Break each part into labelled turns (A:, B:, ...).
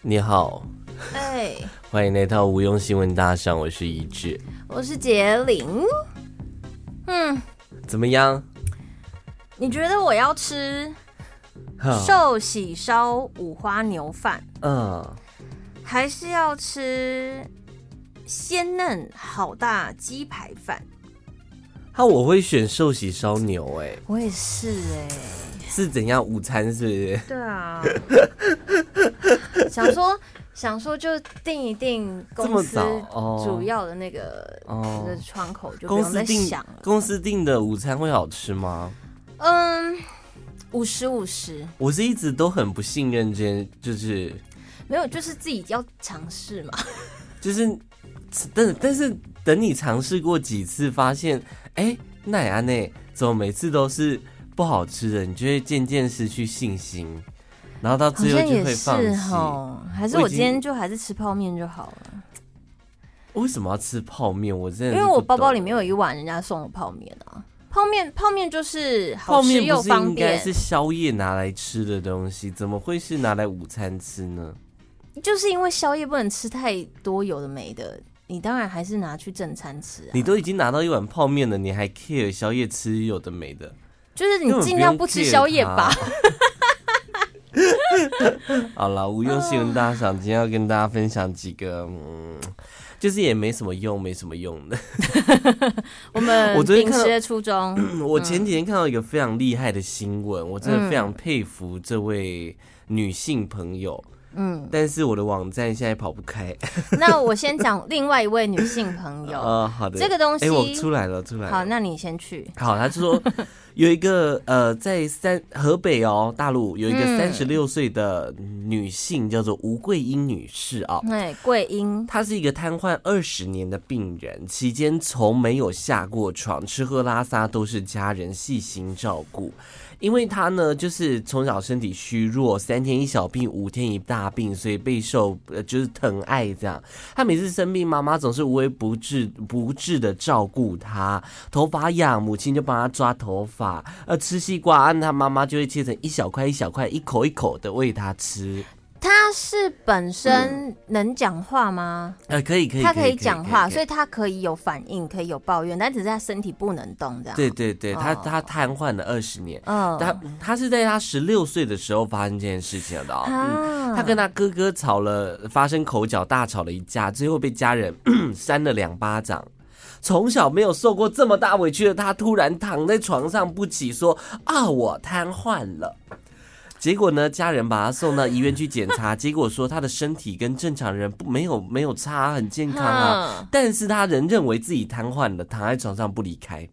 A: 你好，
B: 哎，
A: 欢迎来到无用新闻大赏，我是一志。
B: 我是杰林。嗯，
A: 怎么样？
B: 你觉得我要吃
A: 哼
B: 寿喜烧五花牛饭，
A: 嗯，
B: 还是要吃鲜嫩好大鸡排饭？
A: 那我会选寿喜烧牛、欸，
B: 我也是哎、
A: 哎，是怎样午餐是不是？
B: 对啊，想说想说就定一定
A: 这
B: 公
A: 么
B: 司
A: 早哦
B: 主要的那个、
A: 哦
B: 的窗口，就不
A: 公
B: 用
A: 司
B: 再
A: 订
B: 想了。
A: 公司订的午餐会好吃吗？
B: 嗯，五十五十，
A: 我是一直都很不信任这件，就是
B: 没有，就是自己要尝试嘛。
A: 就是，但但是等你尝试过几次，发现哎，奈安内怎么每次都是不好吃的，你就会渐渐失去信心，然后到
B: 好
A: 最后
B: 像
A: 就
B: 也
A: 会
B: 是
A: 放弃。
B: 吼，还是
A: 我已
B: 我今天
A: 经
B: 就还是吃泡面就好了，
A: 为什么要吃泡面？我真的
B: 因
A: 是
B: 为我包包里
A: 不懂欸
B: 面有一碗人家送我泡面啊。泡面泡面就是好
A: 泡
B: 吃
A: 面，
B: 又
A: 不是
B: 方
A: 应该
B: 便，
A: 是宵夜拿来吃的东西，怎么会是拿来午餐吃呢？
B: 啊就是因为宵夜不能吃太多有的没的，你当然还是拿去正餐吃啊。
A: 你都已经拿到一碗泡面了，你还 care 宵夜吃有的没的？
B: 就是你
A: 根本
B: 尽
A: 不
B: 量
A: 用
B: 不吃
A: care
B: 宵夜吧。
A: 它。 好了，无用新闻大赏，今天要跟大家分享几个，嗯，就是也没什么用，没什么用的。
B: 我们
A: 我昨天
B: 秉
A: 看到
B: 持的初衷，
A: 我前几天看到一个非常厉害的新闻，我真的非常佩服这位女性朋友。
B: 嗯，
A: 但是我的网站现在跑不开。
B: 那我先讲另外一位女性 朋友。
A: 呃，好的，
B: 这个东西
A: 哎、我出来了，出来了。
B: 好，那你先去。
A: 好，他就说有一个呃，在三河北哦，大陆有一个
B: 嗯
A: 三十六岁的女性叫做吴桂英女士啊、
B: 哎，桂英，
A: 她是一个瘫痪二十年的病人，期间从没有下过床，吃喝拉撒都是家人细心照顾。因为她呢，就是从小身体虚弱，三天一小病，五天一大病，所以备受呃就是疼爱这样。她每次生病，妈妈总是无微不至不至的照顾她，头发痒，母亲就帮她抓头发；呃，吃西瓜，按她妈妈就会切成一小块一小块，一口一口的喂她吃。
B: 她是本
A: 嗯
B: 身能讲话吗？
A: 呃，可以可以，
B: 他可以讲话，所
A: 以
B: 以他可以有反应，可以有抱怨，但只是他身体不能动这样。
A: 对，对对，她
B: 哦
A: 她瘫痪了二十年。
B: 嗯，
A: 她她是在她十六岁的时候发生这件事情的、哦，嗯，
B: 啊
A: 她跟她哥哥吵了，发生口角大吵了一架，最后被家人 扇了两巴掌。从小没有受过这么大委屈的她，突然躺在床上不起，说：“啊，我瘫痪了。”结果呢，家人把她送到医院去检 查，结果说她的身体跟正常人不没有没有差，很健康啊。
B: 嗯
A: 但是她仍认为自己瘫痪了，躺在床上不离开。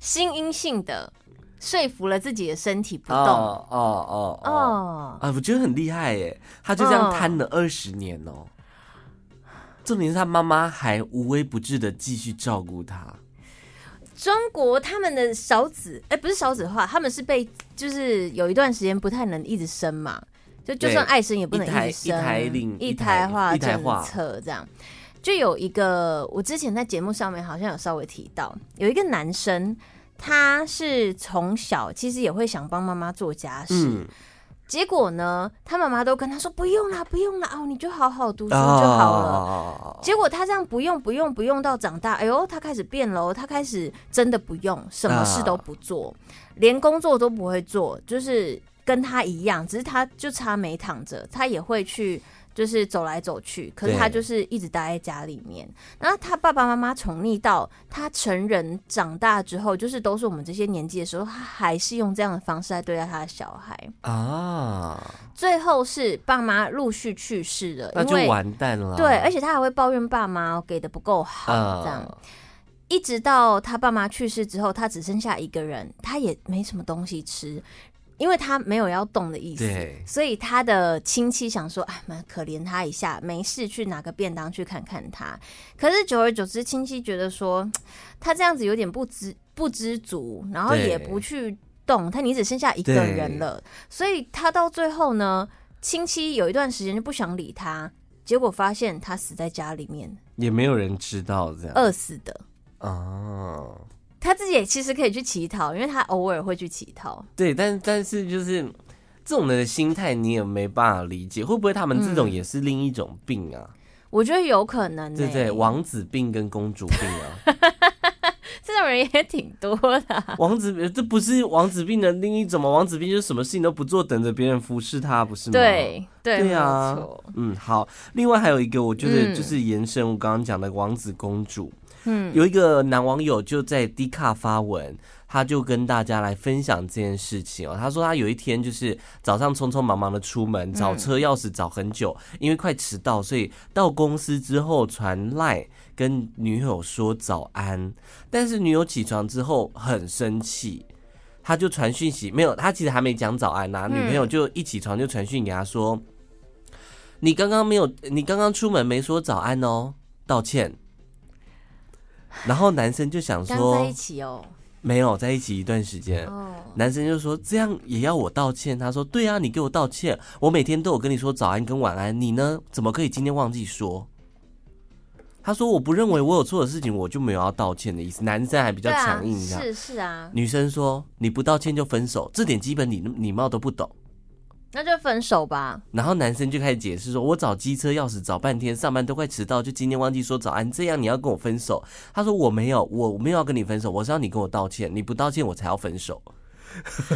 B: 新阴性的说服了自己的身体不动。哦
A: 哦哦哦哦！啊，我觉得很厉害耶，他就这
B: 哦
A: 样瘫了二十年哦、重点是他妈妈还无微不至的继续照顾他，
B: 中国他们的少子，哎、不是少子化，他们是被就是有一段时间不太能一直生嘛，就就算爱生也不能直
A: 一
B: 生，
A: 胎一胎令
B: 一胎化
A: 一胎
B: 政
A: 化
B: 策这样。就有一个，我之前在节目上面好像有稍微提到，有一个男生，他是从小其实也会想帮妈妈做家事，
A: 嗯，
B: 结果呢，他妈妈都跟他说不用啦，不用啦，哦，你就好好读书就好了。
A: 哦，
B: 结果他这样不用不用不用到长大，哎呦，他开始变喽，他开始真的不用，什么事都不做，连工作都不会做，就是跟他一样，只是他就差没躺着，他也会去。就是走来走去，可是
A: 对
B: 他就是一直待在家里面。然后他爸爸妈妈宠溺到他成人长大之后，就是都是我们这些年纪的时候，他还是用这样的方式来对待他的小孩。
A: 哦啊，
B: 最后是爸妈陆续去世了，
A: 那
B: 因
A: 就
B: 为
A: 完蛋了，
B: 对，而且他还会抱怨爸妈给的不够好，这样、
A: 啊，
B: 一直到他爸妈去世之后，他只剩下一个人，他也没什么东西吃，因为他没有要动的意思。
A: 对，
B: 所以他的亲戚想说，哎，蛮可怜他一下，没事去拿个便当去看看他。可是久而久之，亲戚觉得说他这样子有点不知不知足，然后
A: 对
B: 也不去动他，你只剩下一个
A: 对
B: 人了，所以他到最后呢，亲戚有一段时间就不想理他，结果发现他死在家里面，
A: 也没有人知道这样，
B: 饿死的。
A: 啊，
B: 他自己也其实可以去乞讨，因为他偶尔会去乞讨。
A: 对，但但是就是这种人的心态你也没办法理解，会不会他们这
B: 嗯
A: 种也是另一种病啊？
B: 我觉得有可能、欸，
A: 对不对？王子病跟公主病啊，
B: 这种人也挺多的 啊、
A: 王子这不是王子病的另一种吗？王子病就是什么事情都不做，等着别人服侍他，不是吗？
B: 对对
A: 对
B: 没有
A: 啊
B: 错，
A: 嗯，好。另外还有一个，我觉得
B: 嗯
A: 就是延伸我刚刚讲的王子公主，
B: 嗯，
A: 有一个男网友就在 D 卡发文，他就跟大家来分享这件事情哦。他说他有一天就是早上匆匆忙忙的出门，找车钥匙找很久，因为快迟到，所以到公司之后传赖跟女友说早安，但是女友起床之后很生气。他就传讯息，没有，他其实还没讲早安呐、啊女朋友就一起床就传讯给他说：“你刚刚没有，你刚刚出门没说早安哦，道歉。”然后男生就想
B: 刚在
A: 说
B: 一起哦，
A: 没有在一起一段时间，
B: 哦，
A: 男生就说这样也要我道歉。他说对啊，你给我道歉，我每天都有跟你说早安跟晚安，你呢怎么可以今天忘记说？他说我不认为我有做的事情，我就没有要道歉的意思。男生还比较
B: 对啊
A: 强硬，这样、
B: 是是啊，
A: 女生说你不道歉就分手，这点基本礼礼貌都不懂。
B: 那就分手吧。
A: 然后男生就开始解释说：“我找机车钥匙找半天，上班都快迟到，就今天忘记说早安，这样你要跟我分手？”他说：“我没有，我没有要跟你分手，我是要你跟我道歉，你不道歉我才要分手。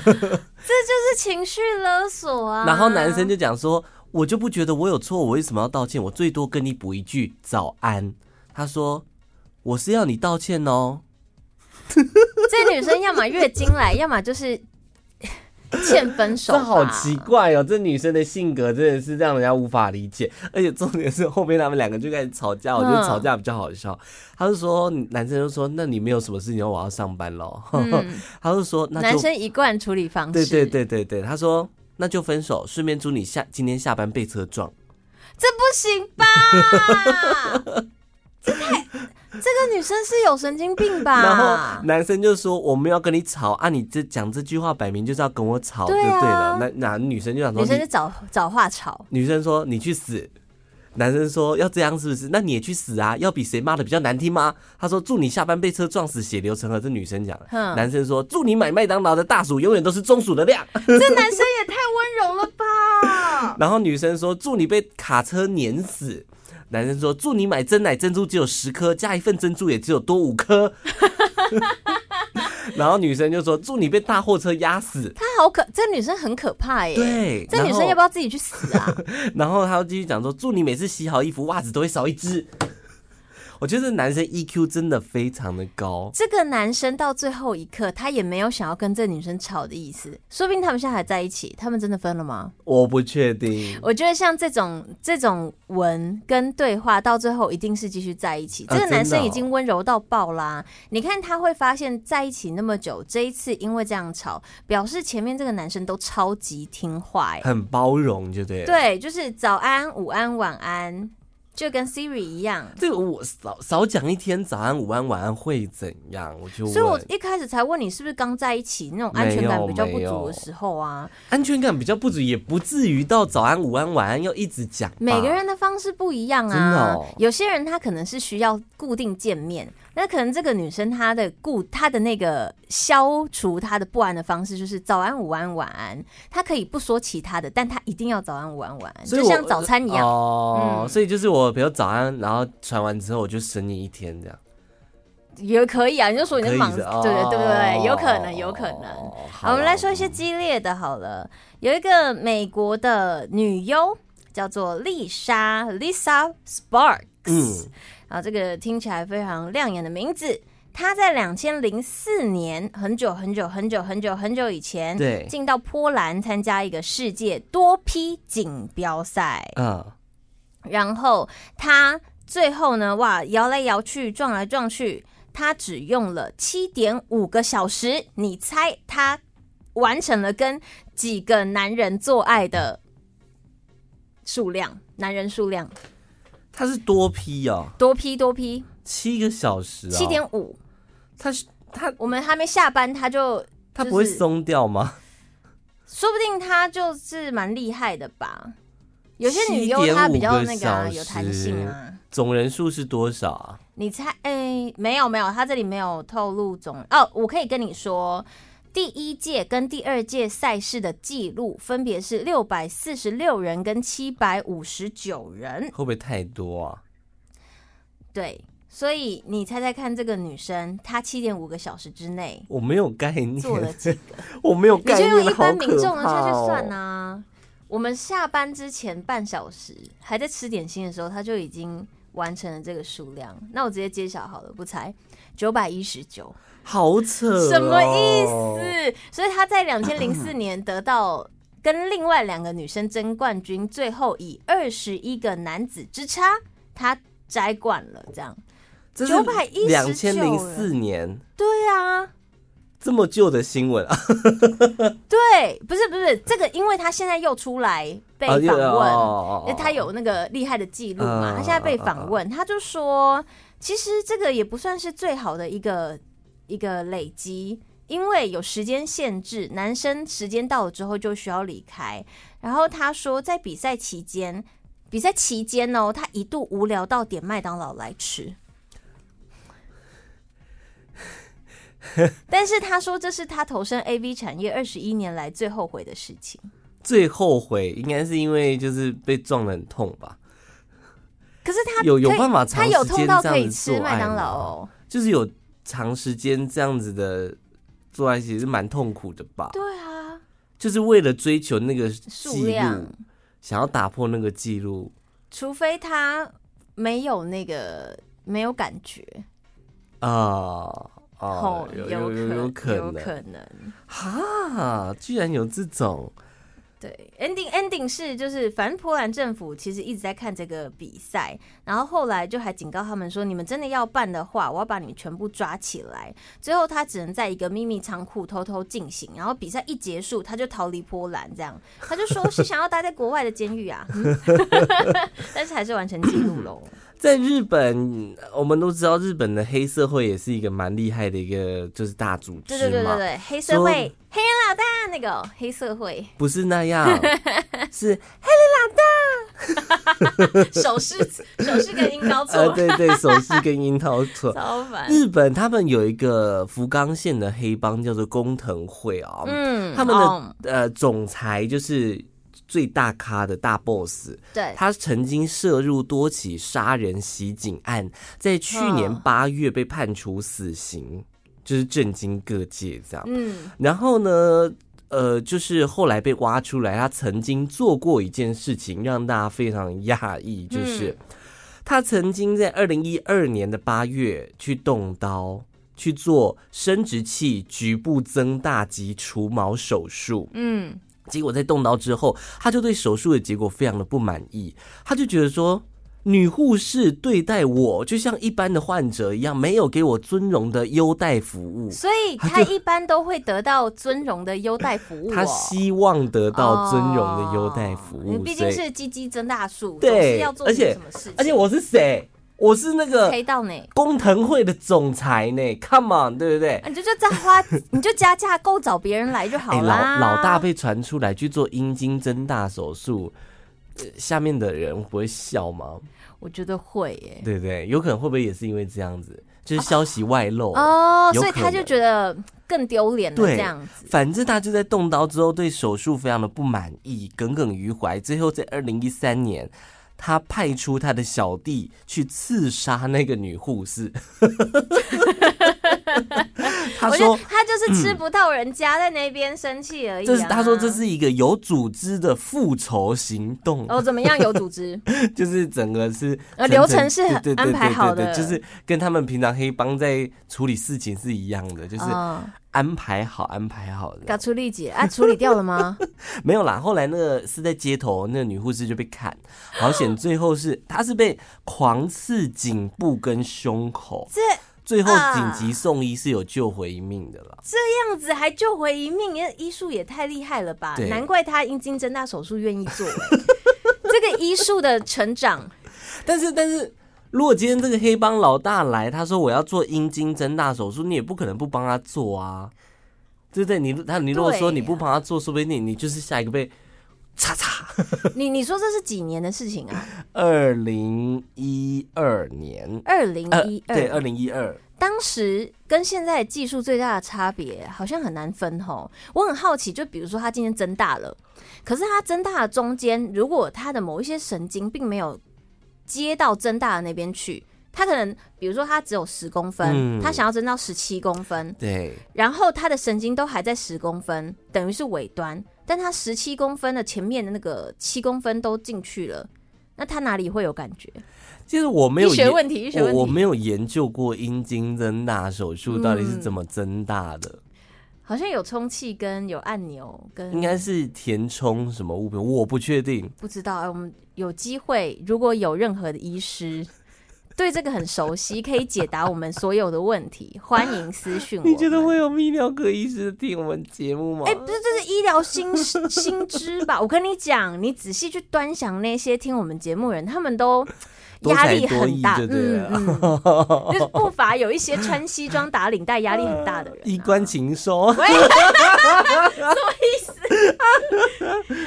B: 这是情绪勒索啊。
A: 然后男生就讲说：“我就不觉得我有错，我为什么要道歉？我最多跟你补一句早安。”他说：“我是要你道歉哦。
B: 这女生要么月经来， 要么就是欠分”手
A: 这
B: 吧。
A: 好奇怪哦，这女生的性格真的是让人家无法理解。而且重点是后面他们两个就开始吵架，我觉得
B: 嗯
A: 吵架比较好笑。他就说男生就说：“那你没有什么事情，我要上班喽。
B: 嗯，
A: 他就说：“那
B: 男
A: 就
B: 生一贯处理方式，
A: 对对，对对对，他说那就分手，顺便祝你下今天下班被车撞。
B: 这不行吧？ 这太这个女生是有神经病吧？
A: 然后男生就说：“我们要跟你吵啊，你这讲这句话摆明就是要跟我吵，就
B: 对
A: 对
B: 啊
A: 了。那那女生就想说：“
B: 女生就
A: 你
B: 找找话吵，
A: 女生说你去死。”男生说：“要这样是不是？那你也去死啊！要比谁骂的比较难听吗？”他说：“祝你下班被车撞死，血流成河。”这女生讲的。
B: 哼
A: 男生说：“祝你买麦当劳的大薯永远都是中薯的 量。”
B: 这男生也太温柔了 吧？
A: 然后女生说：“祝你被卡车碾死。”男生说：“祝你买真奶珍珠只有十颗，加一份珍珠也只有多五 颗。” 然后女生就说：“祝你被大货车压死。
B: 她好可，这女生很可怕耶。”。
A: 对，
B: 这女生要不要自己去死啊？
A: 要？然后他又继续讲说：“祝你每次洗好衣服，袜子都会少一只。” 我觉得这男生 EQ 真的非常的高。
B: 这个男生到最后一刻，他也没有想要跟这女生吵的意思，说不定他们现在还在一起。他们真的分了吗？
A: 我不确定，
B: 我觉得像这种这种文跟对话，到最后一定是继续在一起。
A: 啊
B: 这个男
A: 真的
B: 生
A: 哦
B: 已经温柔到爆啦、你看他会发现在一起那么久，这一次因为这样吵，表示前面这个男生都超级听话、欸。
A: 很包容，就对了。
B: 对，就是早安、午安、晚安，就跟 Siri 一样。
A: 这个我少少讲一天早安、午安、晚安会怎样？我就
B: 所以我
A: 问
B: 一开始才问你是不是刚在一起那种安全
A: 没
B: 感
A: 有
B: 比较不
A: 没有
B: 足的时候啊。
A: 安全感比较不足，也不至于到早安、午安、晚安要一直讲吧。
B: 每个人的方式不一样
A: 真的
B: 啊，
A: 哦
B: 有些人他可能是需要固定见面，那可能这个女生她的固她的那个消除她的不安的方式就是早安、午安、晚安，她可以不说其他的，但她一定要早安、午安、晚安，
A: 所以
B: 就
A: 我
B: 像早餐一样。
A: 哦，
B: 嗯
A: 所以就是我比如早安，然后传完之后我就深夜一天这样，
B: 也可以啊，你就说你在忙，
A: 可以
B: 对
A: 的哦
B: 对对对对，有可能，有可能。好，
A: 好
B: 我们来说一些激烈的好了。有一个美国的女优叫做丽莎 （Lisa Sparks），
A: 嗯
B: 啊，这个听起来非常亮眼的名字。她在两千零四年，很久很久很久很久很久以前，
A: 对
B: 进到波兰参加一个世界多批锦标赛，
A: 嗯，
B: 然后她最后呢，哇，摇来摇去，撞来撞去，她只用了七点五个小时。你猜她完成了跟几个男人做爱的数量？男人数量
A: 他是多批哦，
B: 多批多批，
A: 七个小时、哦，
B: 七，点五。
A: 他是他
B: 我们还没下班，他就
A: 他不会
B: 就是
A: 松掉吗？
B: 说不定他就是蛮厉害的吧。有些女
A: 7.5
B: 优她比较那个、啊、
A: 个小时
B: 有弹性啊。
A: 总人数是多少啊？
B: 你猜？哎、没有没有，他这里没有透露总哦。我可以跟你说，第一届跟第二届赛事的记录分别是六百四十六人跟七百五十九人。
A: 会不会太多啊？
B: 对，所以你猜猜看，这个女生她七点五个小时之内
A: 我没有概念，
B: 做 了几个？
A: 我没有
B: 你
A: 概
B: 就
A: 念，
B: 用一般
A: 好
B: 民
A: 可
B: 众的
A: 怕
B: 下去
A: 哦
B: 算啊。我们下班之前半小时还在吃点心的时候，她就已经完成了这个数量。那我直接揭晓好了，不猜，九百一十九。
A: 好扯、哦，
B: 什么意？思？所以他在两千零四年得到跟另外两个女生争冠军，最后以二十一个男子之差，他摘冠了。这样，
A: 这是
B: 919
A: 两千零四年
B: 对啊，
A: 这么旧的新闻啊！
B: 对，不是不是，这个因为他现在又出来 被访
A: 啊又
B: 问，
A: 哎哦
B: 因为他有那个厉害的记录嘛，
A: 嗯
B: 他现在被访问，他就说，其实这个也不算是最好的一个一个累积。因为有时间限制，男生时间到了之后就需要离开。然后他说，在比赛期间，比赛期间哦，他一度无聊到点麦当劳来吃。 但是他说，这是他投身 A V 产业二十一年来最后悔的事情。
A: 最后悔应该是因为就是被撞得很痛吧？
B: 可是他
A: 有有
B: 可以
A: 办法
B: 他
A: 长
B: 有
A: 时
B: 痛
A: 间
B: 到
A: 这
B: 可
A: 样
B: 以
A: 子做
B: 吃
A: 爱
B: 麦当劳
A: 吗
B: 哦。
A: 就是有长时间这样子的做爱，其实蛮痛苦的吧？
B: 对啊，
A: 就是为了追求那个记
B: 数
A: 录
B: 量，，
A: 想要打破那个记录，
B: 除非他没有那个没有感觉，
A: 啊啊
B: 哦，，
A: 有
B: 有
A: 有有
B: 可有
A: 能
B: 可能，
A: 哈，居然有这种
B: 对，ending ending 是就是，反正波兰政府其实一直在看这个比赛，然后后来就还警告他们说，你们真的要办的话，我要把你们全部抓起来。最后他只能在一个秘密仓库偷偷进行，然后比赛一结束，他就逃离波兰，这样他就说是想要待在国外的监狱啊， 嗯但是还是完成记录喽。
A: 在日本，我们都知道日本的黑社会也是一个蛮厉害的一个就是大组织
B: 对
A: 嘛，
B: 对对对对，黑社
A: 说
B: 会黑人老大那个哦黑社会
A: 不是那 样，是
B: 手势手势跟音高
A: 呃
B: 错，
A: 对对，手势跟樱桃唇。
B: 超烦。
A: 日本他们有一个福冈县的黑帮叫做工藤会啊、
B: 嗯，
A: 他们的、
B: 哦
A: 呃总裁就是最大咖的大 boss，
B: 对
A: 他曾经涉入多起杀人袭警案，在去年
B: 嗯
A: 八月被判处死刑，就是震惊各界这样。
B: 嗯
A: 然后呢，呃，就是后来被挖出来，他曾经做过一件事情，让大家非常讶异，就是、他曾经在二零一二年的八月去动刀。去做生殖器局部增大及除毛手术，
B: 嗯，
A: 结果在动刀之后，他就对手术的结果非常的不满意，他就觉得说。女护士对待我就像一般的患者一样，没有给我尊荣的优待服务。
B: 所以他一般都会得到尊荣的优待服务哦。
A: 他希望得到尊荣的优待服
B: 哦
A: 务，
B: 你毕竟
A: 所以
B: 是鸡鸡增大术，
A: 对
B: 总是要做
A: 而且
B: 点什么事情。
A: 而且我是谁？我是那个
B: 黑到你，
A: 工藤会的总裁呢，Come on，对不对？
B: 啊你就就再花， 你就加价购找别人来就好啦。
A: 老哎老大被传出来去做阴茎增大手术、呃下面的人不会笑吗？
B: 我觉得会耶。
A: 对不对？有可能会不会也是因为这样子，就是消息外漏
B: 啊哦，
A: 有
B: 所以
A: 可
B: 他就
A: 能
B: 觉得更丢脸了，
A: 对
B: 这样子。
A: 反正他就在动刀之后对手术非常的不满意，耿耿于怀。最后在二零一三年，他派出他的小弟去刺杀那个女护 士。他
B: 我觉
A: 说
B: 得他就是吃不到人家在那边生气而已、啊。
A: 这是他说这是一个有组织的复仇行动，
B: 哦，怎么样有组织？
A: 就是整个是
B: 呃
A: 层层
B: 流程是
A: 对对对
B: 安排好
A: 对对
B: 的
A: 就是跟他们平常黑帮在处理事情是一样 的，就是
B: 嗯，
A: 安排好安排好的。
B: 搞出力姐啊，处理掉 了吗？
A: 没有啦，后来那个是在街头，那个女护士就被砍，好险，最后是她是被狂刺颈部跟胸口，
B: 这这
A: 最后紧
B: 啊
A: 急送医是有救回一命的啦。
B: 样子还救回一命，那医术也太厉害了吧
A: 对？
B: 难怪他阴茎增大手术愿意 做、欸这个医术的成长，
A: 但是但是。如果今天这个黑帮老大来，他说我要做阴茎增大手术，你也不可能不帮他做啊，对不对？你他你如果说
B: 对
A: 你不帮他做，说不定你你就是下一个被叉叉。
B: 你你说这是几年的事情啊？
A: 二零一二年，
B: 二零
A: 呃
B: 一，
A: 对，
B: 二
A: 二，零一二，
B: 当时跟现在技术最大的差别好像很难分吼。我很好奇，就比如说他今天增大了，可是他增大的中间，如果他的某一些神经并没有接到增大的那边去，他可能比如说他只有十公分，
A: 嗯
B: 他想要增到十七公分，
A: 对，
B: 然后他的神经都还在十公分，等于是尾端，但他十七公分的前面的那个七公分都进去了，那他哪里会有感觉？
A: 其实我没
B: 医
A: 有
B: 学
A: 研
B: 问题，医学
A: 我我
B: 问
A: 没
B: 题，
A: 有研究过阴茎增大手术到底是怎么增大的，
B: 好像有充气跟有按钮跟，
A: 应该是填充什么物品，我不确定。
B: 不知道。哎，我们有机会，如果有任何的医师。 对这个很熟悉，可以解答我们所有的问题，欢迎私讯我们。
A: 你觉得会有泌尿科医师听我们节目吗？
B: 嗯哎、不是，这是医疗新 新知吧？我跟你讲，你仔细去端详那些听我们节目人，他们都
A: 多
B: 压
A: 才
B: 力
A: 多
B: 很
A: 艺
B: 大，
A: 就对
B: 嗯
A: 了
B: 嗯， 就是不乏有一些穿西装打领带、压力很大的人、
A: 衣冠禽兽，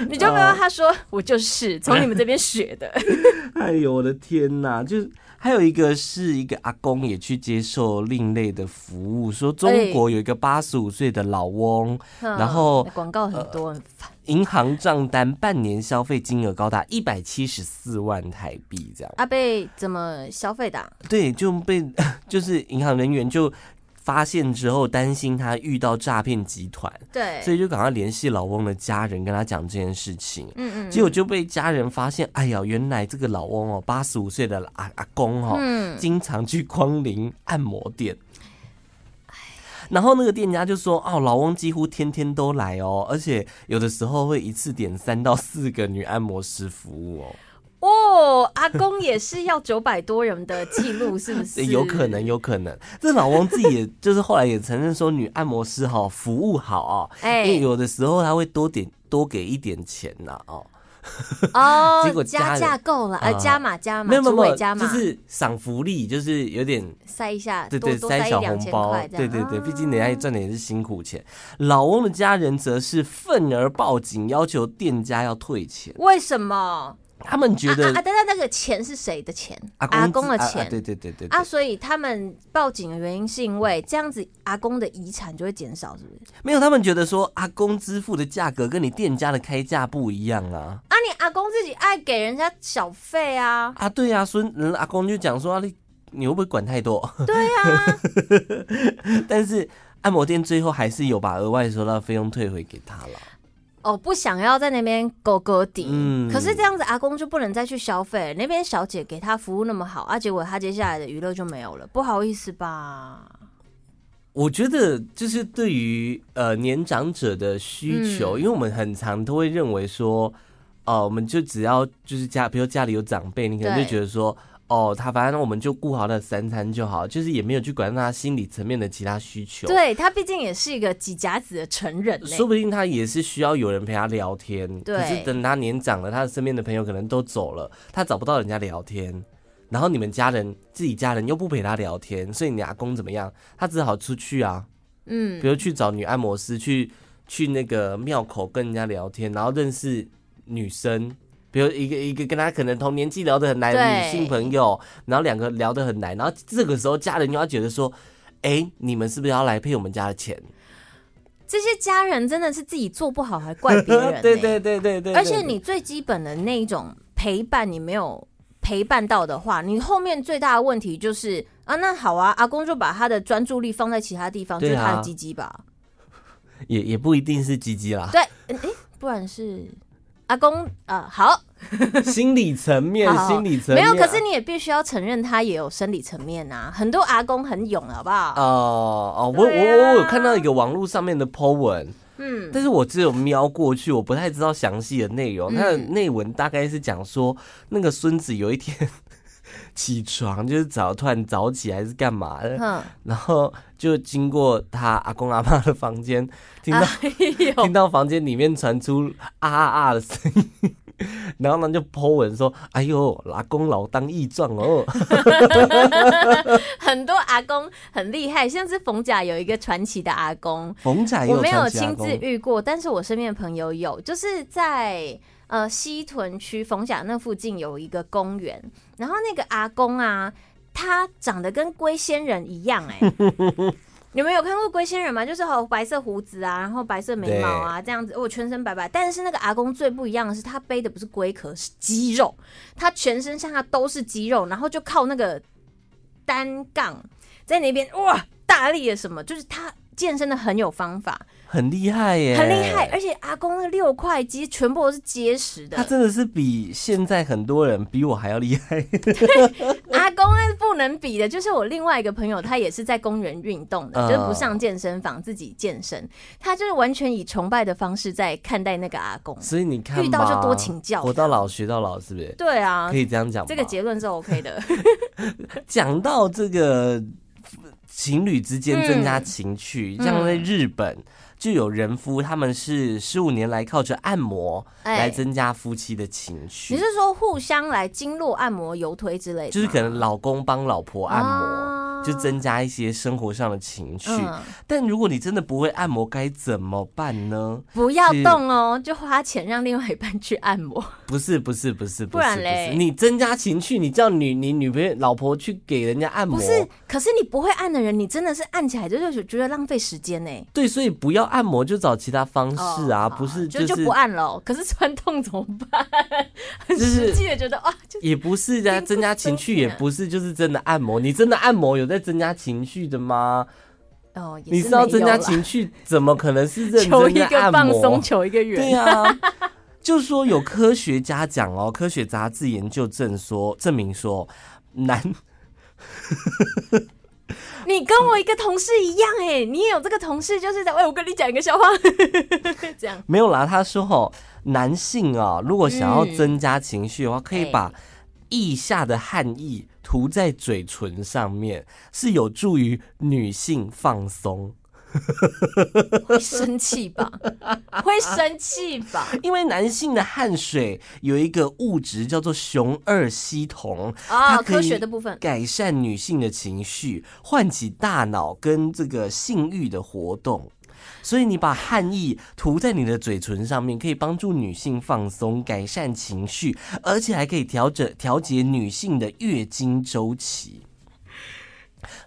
B: 你就不
A: 嗯
B: 要他说、我就是从你们这边学的，
A: 哎呦我的天哪！就是还有一个是一个阿公也去接受另类的服务，说
B: 哎
A: 中国有一个八十五岁的老翁， 然后呃
B: 嗯广告很多，很烦。
A: 银行账单半年消费金额高达一百七十四万台币，这样
B: 阿贝啊怎么消费的啊、
A: 对，就被 就是银行人员就发现之后，担心他遇到诈骗集团，
B: 对，
A: 所以就赶快联系老翁的家人，跟他讲这件事情。
B: 嗯嗯，
A: 结果就被家人发现，哎呀，原来这个老翁哦，八十五岁的阿阿公哦，
B: 嗯，
A: 经常去光临按摩店。然后那个店家就说：“哦，老翁几乎天天都来哦，而且有的时候会一次点三到四个女按摩师服务哦，
B: 哦，阿公也是要九百多人的记录，是不是？
A: 有可能，有可能。这老翁自己也就是后来也承认说，女按摩师哈、服务好哦，
B: 哎
A: 因为有的时候他会多点多给一点钱呐、哦，
B: 哦，
A: 结果家
B: 加
A: 人
B: 价够了，呃，
A: 啊
B: 加码加码，
A: 没有没有
B: 主
A: 没
B: 委
A: 有，
B: 加
A: 就
B: 码，
A: 是赏福利，就是有点
B: 塞一下，
A: 对
B: 多
A: 对，
B: 多塞一
A: 小
B: 两
A: 红
B: 千
A: 包
B: 块，这
A: 对
B: 样
A: 对对，毕竟
B: 啊
A: 人家赚的也是辛苦钱。老翁的家人则是愤而报警，要求店家要退钱。
B: 为什么？
A: 他们觉
B: 啊啊
A: 得
B: 啊！等等，那个钱是谁的钱？
A: 公
B: 公的
A: 啊啊
B: 钱。
A: 对对对对对
B: 啊，所以他们报警的原因是因为这样子，阿公的遗产就会减少，是不是？
A: 没有，他们觉得说阿公支付的价格跟你店家的开价不一样啊
B: 啊，你阿公自己爱给人家小费啊，
A: 啊，对啊，孙嗯阿公就讲说、啊、你你会不会管太多？
B: 对啊，
A: 但是按摩店最后还是有把额外收到的费用退回给他了。
B: 哦，不想要在那边勾勾底，
A: 嗯
B: 可是这样子阿公就不能再去消费，那边小姐给他服务那么好啊，结果他接下来的娱乐就没有了，不好意思吧？
A: 我觉得就是对于呃年长者的需求，
B: 嗯
A: 因为我们很常都会认为说，哦、我们就只要就是家，比如家里有长辈，你可能
B: 对
A: 就觉得说，哦，他反正我们就顾好那三餐就好，就是也没有去管他心理层面的其他需求。，
B: 对他毕竟也是一个几甲子的成人嘞、
A: 说不定他也是需要有人陪他聊天。
B: 对
A: 可是等他年长了，他的身边的朋友可能都走了，他找不到人家聊天。然后你们家人自己家人又不陪他聊天，所以你阿公怎么样？他只好出去啊。
B: 嗯
A: 比，如去找女按摩师，去去那个庙口跟人家聊天，然后认识女生，比如一个一个跟他可能同年纪聊得很来的女
B: 对
A: 性朋友，然后两个聊得很来，然后这个时候家人就要觉得说，哎、你们是不是要来配我们家的钱？
B: 这些家人真的是自己做不好，还怪 别人、欸。
A: 对对对对对，啊
B: 而且你最基本的那一种陪伴，你没有陪伴到的话，你后面最大的问题就是啊，那好啊，阿公就把他的专注力放在其他地方，就
A: 对啊
B: 是他的鸡鸡吧。
A: 也也不一定是鸡鸡啦，
B: 对，哎、诶不然是阿公啊、呃好
A: 心理层面
B: 好，好
A: 心理层
B: 没
A: 面
B: 有，可是。你也必须要承认他也有生理层面啊。很多阿公很勇，好不好？
A: 哦哦，我我
B: 对啊
A: 我有看到一个网络上面的 po 文，
B: 嗯，
A: 但是我只有瞄过去，我不太知道详细的内容。
B: 嗯
A: 它的内文大概是讲说，那个孙子有一天 起床，就是早突然早起还是干嘛的，
B: 哼，
A: 然后就经过他阿公阿妈的房间，听到、
B: 哎呦，
A: 听到房间里面传出啊啊啊的声音。 然后呢，就 po 文说：“哎呦，阿公老当益壮哦，
B: 很多阿公很厉害，像是冯甲有一个传奇的阿公，
A: 冯仔也
B: 我没有
A: 传奇阿
B: 亲
A: 公
B: 自遇过，但是我身边的朋友有，就是在呃西屯区逢甲那附近有一个公园，然后那个阿公啊，他长得跟龟仙人一样哎、你们有看过龟仙人吗？就是有白色胡子啊，然后白色眉毛啊，这样子，我、全身白白。但是那个阿公最不一样的是，他背的不是龟壳，是肌肉，他全身上下都是肌肉，然后就靠那个单杠在那边哇大力的什么，就是他健身的很有方法。
A: 很厉害耶，
B: 很厉害，而且阿公那六块肌全部都是结实的
A: 他。真的是比现在很多人比我还要厉害。
B: 阿公那是不能比的，就是我另外一个朋友，他也是在公园运动的，
A: 嗯
B: 就是不上健身房自己健身，他就是完全以崇拜的方式在看待那个阿公。
A: 所以你看嘛，
B: 遇到就多请教
A: 活到老学到老，是不是？
B: 对啊
A: 可，以这样讲吗。
B: 这个结论是 OK 的。
A: 讲到这个情侣之间增加情趣，
B: 嗯
A: 像在日本就有人夫，他们是十五年来靠着按摩来
B: 哎，
A: 增加夫妻的情趣，
B: 你是说互相来经络按摩、油推之类的吗？
A: 就是可能老公帮老婆按摩。
B: 啊
A: 就增加一些生活上的情趣，
B: 嗯
A: 但如果你真的不会按摩，该怎么办呢？
B: 不要
A: 是
B: 动哦，就花钱让另外一半去按摩。
A: 不是不是不是
B: 不
A: 是
B: 然
A: 不
B: 嘞
A: 是，你增加情趣，你叫女你女朋友老婆去给人家按摩，
B: 不是，可是你不会按的人，你真的是按起来就是觉得浪费时间呢、
A: 对，所以不要按摩，就找其他方式啊，
B: 哦
A: 不是
B: 就是不按了哦。可是酸痛怎么办？ 很实际的觉得哇，就
A: 也不是啊，
B: 并不
A: 增加情趣
B: 增
A: 也
B: 加
A: 不是，就是真的按摩。你真的按摩有在增加情绪的吗？
B: 哦，也
A: 你
B: 是
A: 知道
B: 没有
A: 增加
B: 啦
A: 情绪，怎么可能是认
B: 求
A: 真
B: 一
A: 的
B: 个
A: 按
B: 放
A: 摩
B: 松，？求一个
A: 对
B: 圆。
A: 啊，就说有科学家讲哦，科学杂志研究证说证明说，男
B: 你跟我一个同事一样哎、你也有这个同事，就是在喂，我跟你讲一个笑话，这样
A: 没有啦，他说哦，男性啊，如果想要
B: 嗯
A: 增加情绪的话，可以
B: 哎
A: 把腋下的汗液涂在嘴唇上面，是有助于女性放松。
B: 会生气吧？会生气 吧？
A: 因为男性的汗水有一个物质叫做雄二烯酮，它
B: 啊、
A: 可以
B: 科学的部分，
A: 改善女性的情绪，唤起大脑跟这个性欲的活动。所以你把汗液涂在你的嘴唇上面，可以帮助女性放松、改善情绪，而且还可以调整调节女性的月经周期。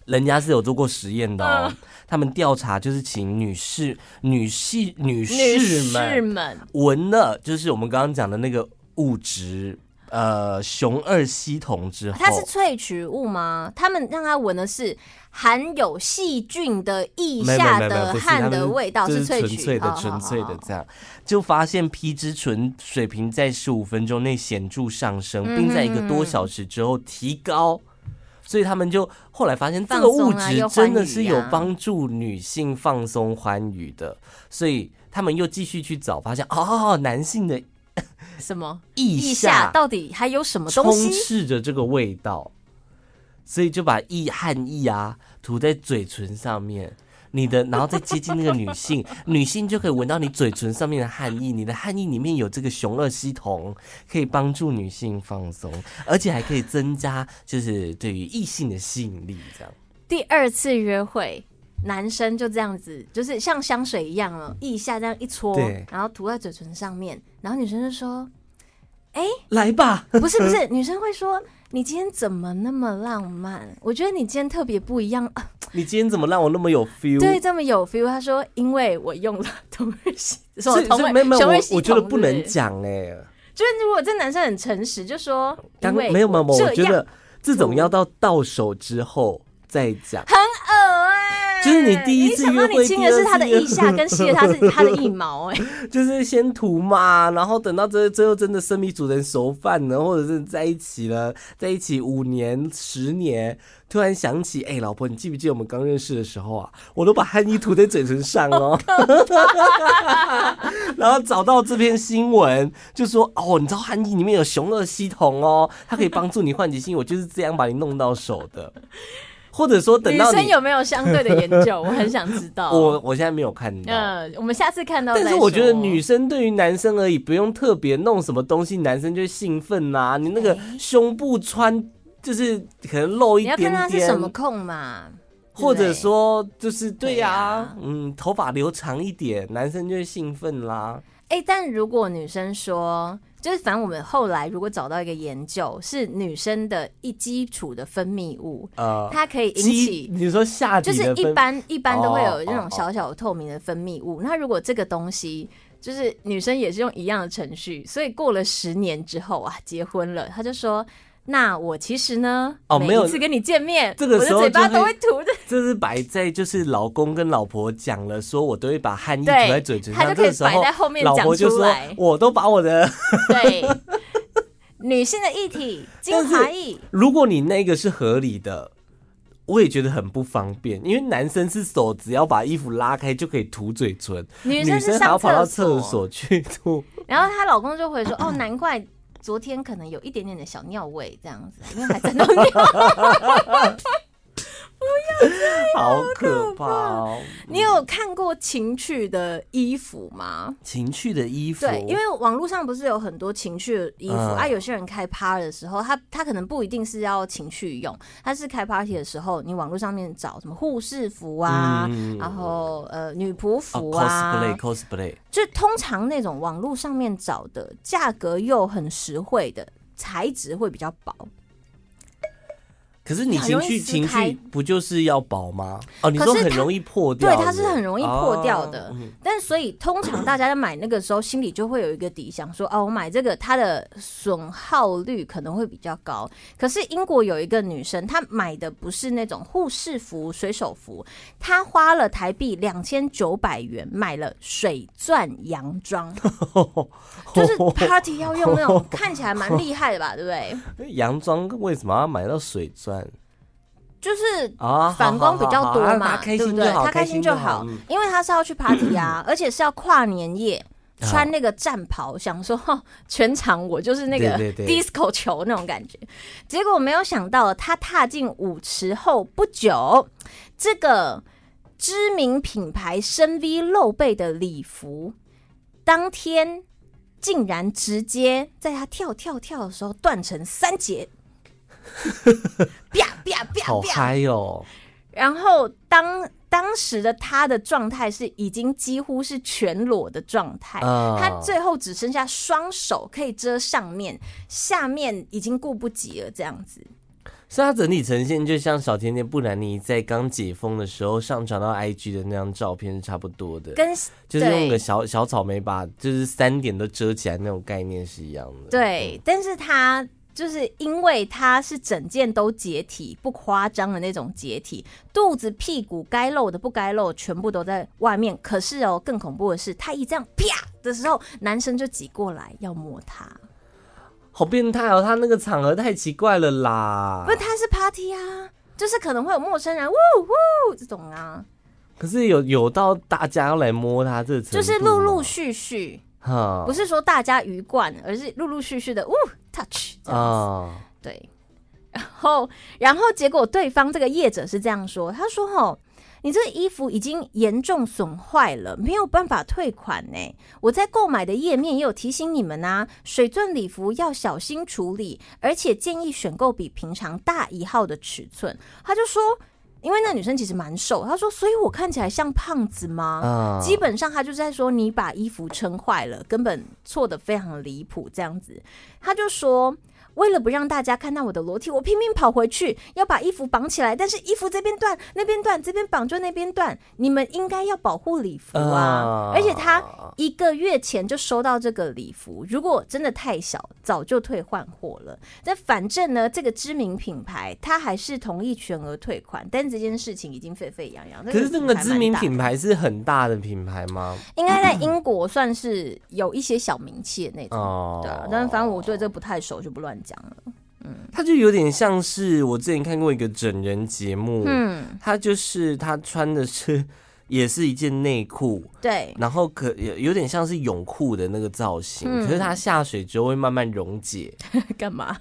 A: 人家是有做过实验的哦，
B: 嗯
A: 他们调查就是请女士、女士、女
B: 女
A: 士们
B: 士们，
A: 闻了，就是我们刚刚讲的那个物质，呃，雄二烯酮之后，
B: 啊它是萃取物吗？他们让他闻的是含有细菌的腋
A: 没有
B: 下
A: 没有没有
B: 的
A: 不是
B: 汗
A: 它
B: 的
A: 们
B: 味道，
A: 就是
B: 萃
A: 纯
B: 取
A: 粹的、
B: 哦
A: 纯粹
B: 好好
A: 的
B: 好
A: 这样，就发现皮质醇水平在十五分钟内显著上升，并在一个多小时之后提高。
B: 嗯
A: 所以他们就后来发现，这
B: 放
A: 个物
B: 松啊
A: 质
B: 又
A: 真的
B: 欢愉
A: 是有
B: 啊
A: 帮助女性放松欢愉的，所以他们又继续去找，发现哦，男性的
B: 什么？
A: 腋
B: 腋下到底还有什么东
A: 充
B: 西？
A: 斥着这个味道，所以就把意汗意啊涂在嘴唇上面，你的 然后再接近那个女性， 女性就可以闻到你嘴唇上面的汗意，你的汗意里面有这个雄二烯酮，可以帮助女性放松，而且还可以增加就是对于异性的吸引力，这样
B: 第二次约会，男生就这样子，就是像香水一样哦，腋下这样一搓
A: 对，
B: 然后涂在嘴唇上面，然后女生就说
A: 来吧，：“
B: 不是不是。”女生会说：“你今天怎么那么浪漫？我觉得你今天特别不一样。啊
A: 你今天怎么让我那么有 feel？”
B: 对，这么有 feel。他说：“因为我用了同日系，什
A: 所
B: 么
A: 以
B: 同
A: 所
B: 位
A: 以没有没有
B: 雄
A: 我
B: 二系
A: 我觉得
B: 统
A: 不
B: 是
A: 能
B: 是
A: 讲哎、
B: 就是如果这男生很诚实，就说：“
A: 刚
B: 因
A: 没
B: 为
A: 有没有没有，我
B: 这
A: 觉
B: 样
A: 得这种
B: 涂
A: 要到到手之后再讲。
B: 呃哎
A: 就是你第一次
B: 没想
A: 约
B: 到
A: 会
B: 你 亲的是他的
A: 第二
B: 腋
A: 次
B: 下，跟吸的他是他的腋毛、哎。
A: 就是先涂嘛，然后等到最最后真的生米煮成熟饭了，或者是在一起了，在一起五年、十年，突然想起，哎、老婆，你记不记得我们刚认识的时候啊？我都把汗衣涂在嘴唇上 哦。然后找到这篇新闻，就说哦，你知道汗衣里面有雄二烯酮哦，它可以帮助你唤起性，我就是这样把你弄到手的。或者说等
B: 女
A: 到
B: 生
A: 你，
B: 有没有相对的研究？我很想知道。
A: 我我现在没有看到。
B: 呃，我们下次看到再
A: 但
B: 说。
A: 是我觉得女生对于男生而已，不用特别弄什么东西，男生就会兴奋呐、你那个胸部穿就是可能露一
B: 哎你要
A: 点
B: 看
A: 点，
B: 她是什么控嘛，
A: 或
B: 对
A: 者
B: 不对
A: 说就是对呀、
B: 对啊
A: 嗯，头发留长一点，男生就会兴奋啦。
B: 哎、哎、但如果女生说，就是反正我们后来如果找到一个研究，是女生的一基础的分泌物，
A: 呃，
B: 它可以引
A: 鸡，
B: 起。
A: 你说下
B: 就
A: 体
B: 是
A: 的
B: 一
A: 分
B: 般一般都会
A: 哦
B: 有那
A: 哦
B: 种小小透明的分泌物，那如果这个东西就是女生也是用一样的程序，所以过了十年之后啊，结婚了，她就说：“那我其实呢，
A: 哦
B: 每
A: 没有
B: 一次跟你见面，
A: 这个时候
B: 我的嘴巴
A: 就是
B: 都会涂 着，
A: 这是摆在就是老公跟老婆讲了，说我都会把汗液涂
B: 对
A: 在嘴唇
B: 他
A: 上，
B: 就
A: 这
B: 可以
A: 个时候
B: 摆在后面
A: 老
B: 讲
A: 婆就
B: 出
A: 说
B: 来
A: 我都把我的。
B: 对，女性的液体精华液，
A: 如果你那个是合理的，我也觉得很不方便，因为男生是手只要把衣服拉开就可以涂嘴唇，
B: 女
A: 女
B: 生是
A: 生还要
B: 上
A: 跑到
B: 厕
A: 厕。所去涂。
B: 然后她老公就回说：“哦，难怪昨天可能有一点点的小尿味这样子，因为 还沾到尿。
A: 好可怕哦！”
B: 你有看过情趣的衣服吗？
A: 情趣的衣服，
B: 对，因为网络上不是有很多情趣的衣服、
A: 嗯
B: 啊，有些人开趴的时候，他他可能不一定是要情趣用，他是开 party 的时候，你网络上面找什么护士服啊，
A: 嗯
B: 然后呃女仆服
A: 哦
B: 啊、
A: cosplay cosplay，
B: 就通常那种网络上面找的，价格又很实惠的，材质会比较薄。
A: 可是你
B: 很
A: 情
B: 容易
A: 趣
B: 撕
A: 情
B: 开
A: 趣不就是要薄吗？哦，你
B: 可
A: 说
B: 是
A: 很
B: 它
A: 容易破掉
B: 对
A: 的，，
B: 它是很容易破掉的。
A: 哦嗯
B: 但所以通常大家在买那个时候，心里就会有一个底，想说哦，我买这个它的损耗率可能会比较高。可是英国有一个女生，她买的不是那种护士服、水手服，她花了台币两千九百元买了水钻洋装，
A: 哦
B: 就是 party 要用那种看起来蛮厉害的吧，对不对？
A: 洋装为什么要买到水钻
B: 就是
A: 啊？好
B: 反光比较多
A: 好好好
B: 嘛，
A: 啊他开
B: 对
A: 心
B: 不
A: 就
B: 对？
A: 好，
B: 他开
A: 心
B: 就
A: 好。嗯
B: 因为他是要去 party 啊，而且是要跨年夜。穿那个战袍，想说哦全场我就是那个
A: 对对对
B: disco 球那种感觉，结果没有想到他踏进舞池后不久，这个知名品牌深 V 露背的礼服，当天竟然直接在他跳跳跳的时候断成 三截，啪啪啪
A: 好
B: 啪，
A: 嗨哦！
B: 然后当当时的他的状态是已经几乎是全裸的状态，
A: 啊
B: 他最后只剩下双手可以遮上面，下面已经顾不及了，这样子。
A: 所以它整体呈现就像小甜甜布兰妮在刚解封的时候上传到 IG 的那张照片是差不多的，
B: 跟
A: 就是用
B: 对
A: 个小小草莓把就是三点都遮起来那种概念是一样的。
B: 对，但是他就是因为他是整件都解体，不夸张的那种解体，肚子、屁股该露的不该露，全部都在外面。可是哦，更恐怖的是，他一这样啪的时候，男生就挤过来要摸他。
A: 好变态哦！他那个场合太奇怪了啦。
B: 不，他是 party 啊，就是可能会有陌生人，呜呜这种啊，
A: 可是有有到大家要来摸他这个程度
B: 就
A: 吗，
B: 是陆陆续续，
A: 哈
B: 不是说大家鱼贯，而是陆陆续续的，呜 touch 这样子
A: 啊，
B: 对，然后然后结果对方这个业者是这样说，他说：“吼，你这个衣服已经严重损坏了，没有办法退款呢。我在购买的页面也有提醒你们呐、水钻礼服要小心处理，而且建议选购比平常大一号的尺寸。”他就说。因为那女生其实蛮瘦，他说：“所以我看起来像胖子吗？”
A: 啊
B: 基本上他就是在说你把衣服撑坏了，根本错的非常离谱这样子。他就说。为了不让大家看到我的裸体，我拼命跑回去，要把衣服绑起来。但是衣服这边断，那边断，这边绑就那边断。你们应该要保护礼服啊！
A: 啊
B: 而且他一个月前就收到这个礼服，如果真的太小，早就退换货了。但反正呢，这个知名品牌他还是同意全额退款，但这件事情已经沸沸扬扬。
A: 可是那个知名
B: 牌蛮大的
A: 品牌是很大的品牌吗？
B: 应该在英国算是有一些小名气的那种，
A: 哦，
B: 对啊。但是反正我对这不太熟，就不乱讲了。
A: 它就有点像是我之前看过一个整人节目，
B: 嗯，
A: 他就是他穿的是也是一件内裤，
B: 对，
A: 然后可有有点像是泳裤的那个造型，
B: 嗯
A: 可是它下水之后会慢慢溶解，
B: 干嘛？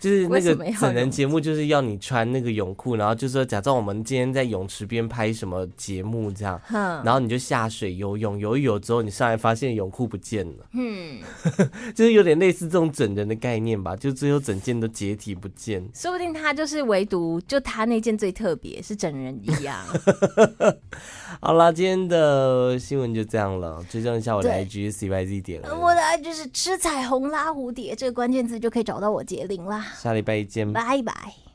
A: 就是那
B: 为什
A: 个
B: 么要
A: 整人
B: 泳
A: 节目就是要你穿那个泳裤，然后就说假装我们今天在泳池边拍什么节目这样，
B: 哼，
A: 然后你就下水游泳，游一游之后你上来发现泳裤不见了，
B: 嗯，
A: 就是有点类似这种整人的概念吧，就最后整件都解体不见。
B: 说不定他就是唯独就他那件最特别，是整人一样。
A: 好啦，今天的新闻就这样了，追踪一下我的
B: 对呃
A: IG CYZ 点了，
B: 我的 IG 是吃彩虹拉蝴蝶这个关键字就可以找到我杰林啦，
A: 下礼拜一见，
B: 拜拜。